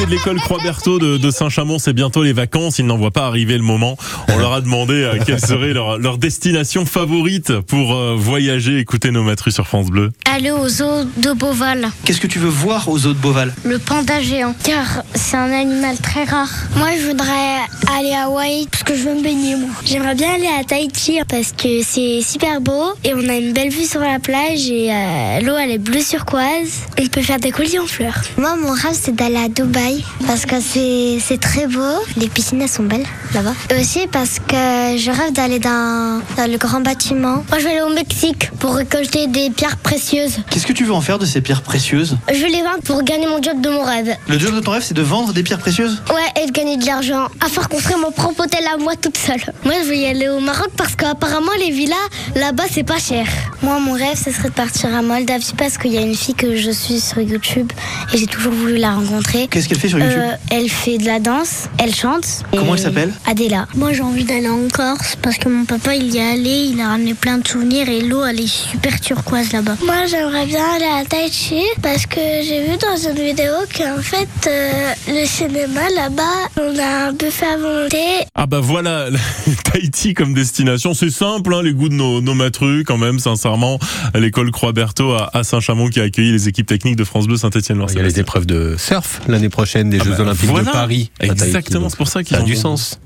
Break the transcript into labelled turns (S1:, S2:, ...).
S1: de l'école Croix-Berthaud de, de Saint-Chamond, c'est bientôt les vacances. Ils n'en voient pas arriver le moment. On leur a demandé euh, quelle serait leur, leur destination favorite pour euh, voyager. Écoutez nos matrus sur France Bleu.
S2: Aller aux zoo de Beauval,
S3: Qu'est-ce que tu veux voir aux eaux de Beauval
S2: le panda géant, car c'est un animal très rare. Moi, je voudrais aller à Hawaï parce que je veux me baigner, moi. J'aimerais bien aller à Tahiti hein, parce que c'est super beau et on a une belle vue sur la plage et euh, l'eau, elle est bleue turquoise. On peut faire des colliers en fleurs. Moi, mon rêve, c'est d'aller à Dubaï parce que c'est c'est très beau. Les piscines, elles sont belles là-bas. Et aussi parce que je rêve d'aller dans, dans le grand bâtiment. Moi, je vais aller au Mexique pour récolter des pierres précieuses.
S3: Qu'est-ce que tu veux en faire de ces pierres précieuses
S2: Je vais les vendre pour gagner mon job de mon rêve.
S3: Le job de ton rêve, c'est de vendre des pierres précieuses
S2: Ouais, et de gagner de l'argent. À faire construire mon propre hôtel à moi toute seule. Moi, je veux y aller au Maroc parce qu'apparemment, les villas là-bas, c'est pas cher. Moi, mon rêve, ce serait de partir à Moldavie parce qu'il y a une fille que je suis sur YouTube et j'ai toujours voulu la rencontrer.
S3: Qu'est-ce qu'elle fait sur YouTube
S2: Euh, elle fait de la danse, elle chante.
S3: Comment
S2: Et-
S3: elle s'appelle
S2: Adela. Moi j'ai envie d'aller en Corse parce que mon papa il y est allé, il a ramené plein de souvenirs et l'eau elle est super turquoise là-bas. Moi j'aimerais bien aller à Tahiti parce que j'ai vu dans une vidéo qu'en fait euh, le cinéma là-bas on a un buffet à volonté.
S1: Ah bah voilà, Tahiti comme destination, c'est simple, hein, les goûts de nos, nos matrus quand même, sincèrement. À L'école Croix-Berthaud à, à Saint-Chamond qui a accueilli les équipes techniques de France Bleu Saint-Etienne.
S4: Il y a les épreuves de surf l'année prochaine des
S1: Ah
S4: Jeux
S1: bah,
S4: Olympiques
S1: voilà.
S4: de Paris. à Tahiti,
S1: Exactement,
S4: donc
S1: c'est pour ça qu'ils
S4: ça a
S1: en
S4: du
S1: ont-
S4: sens.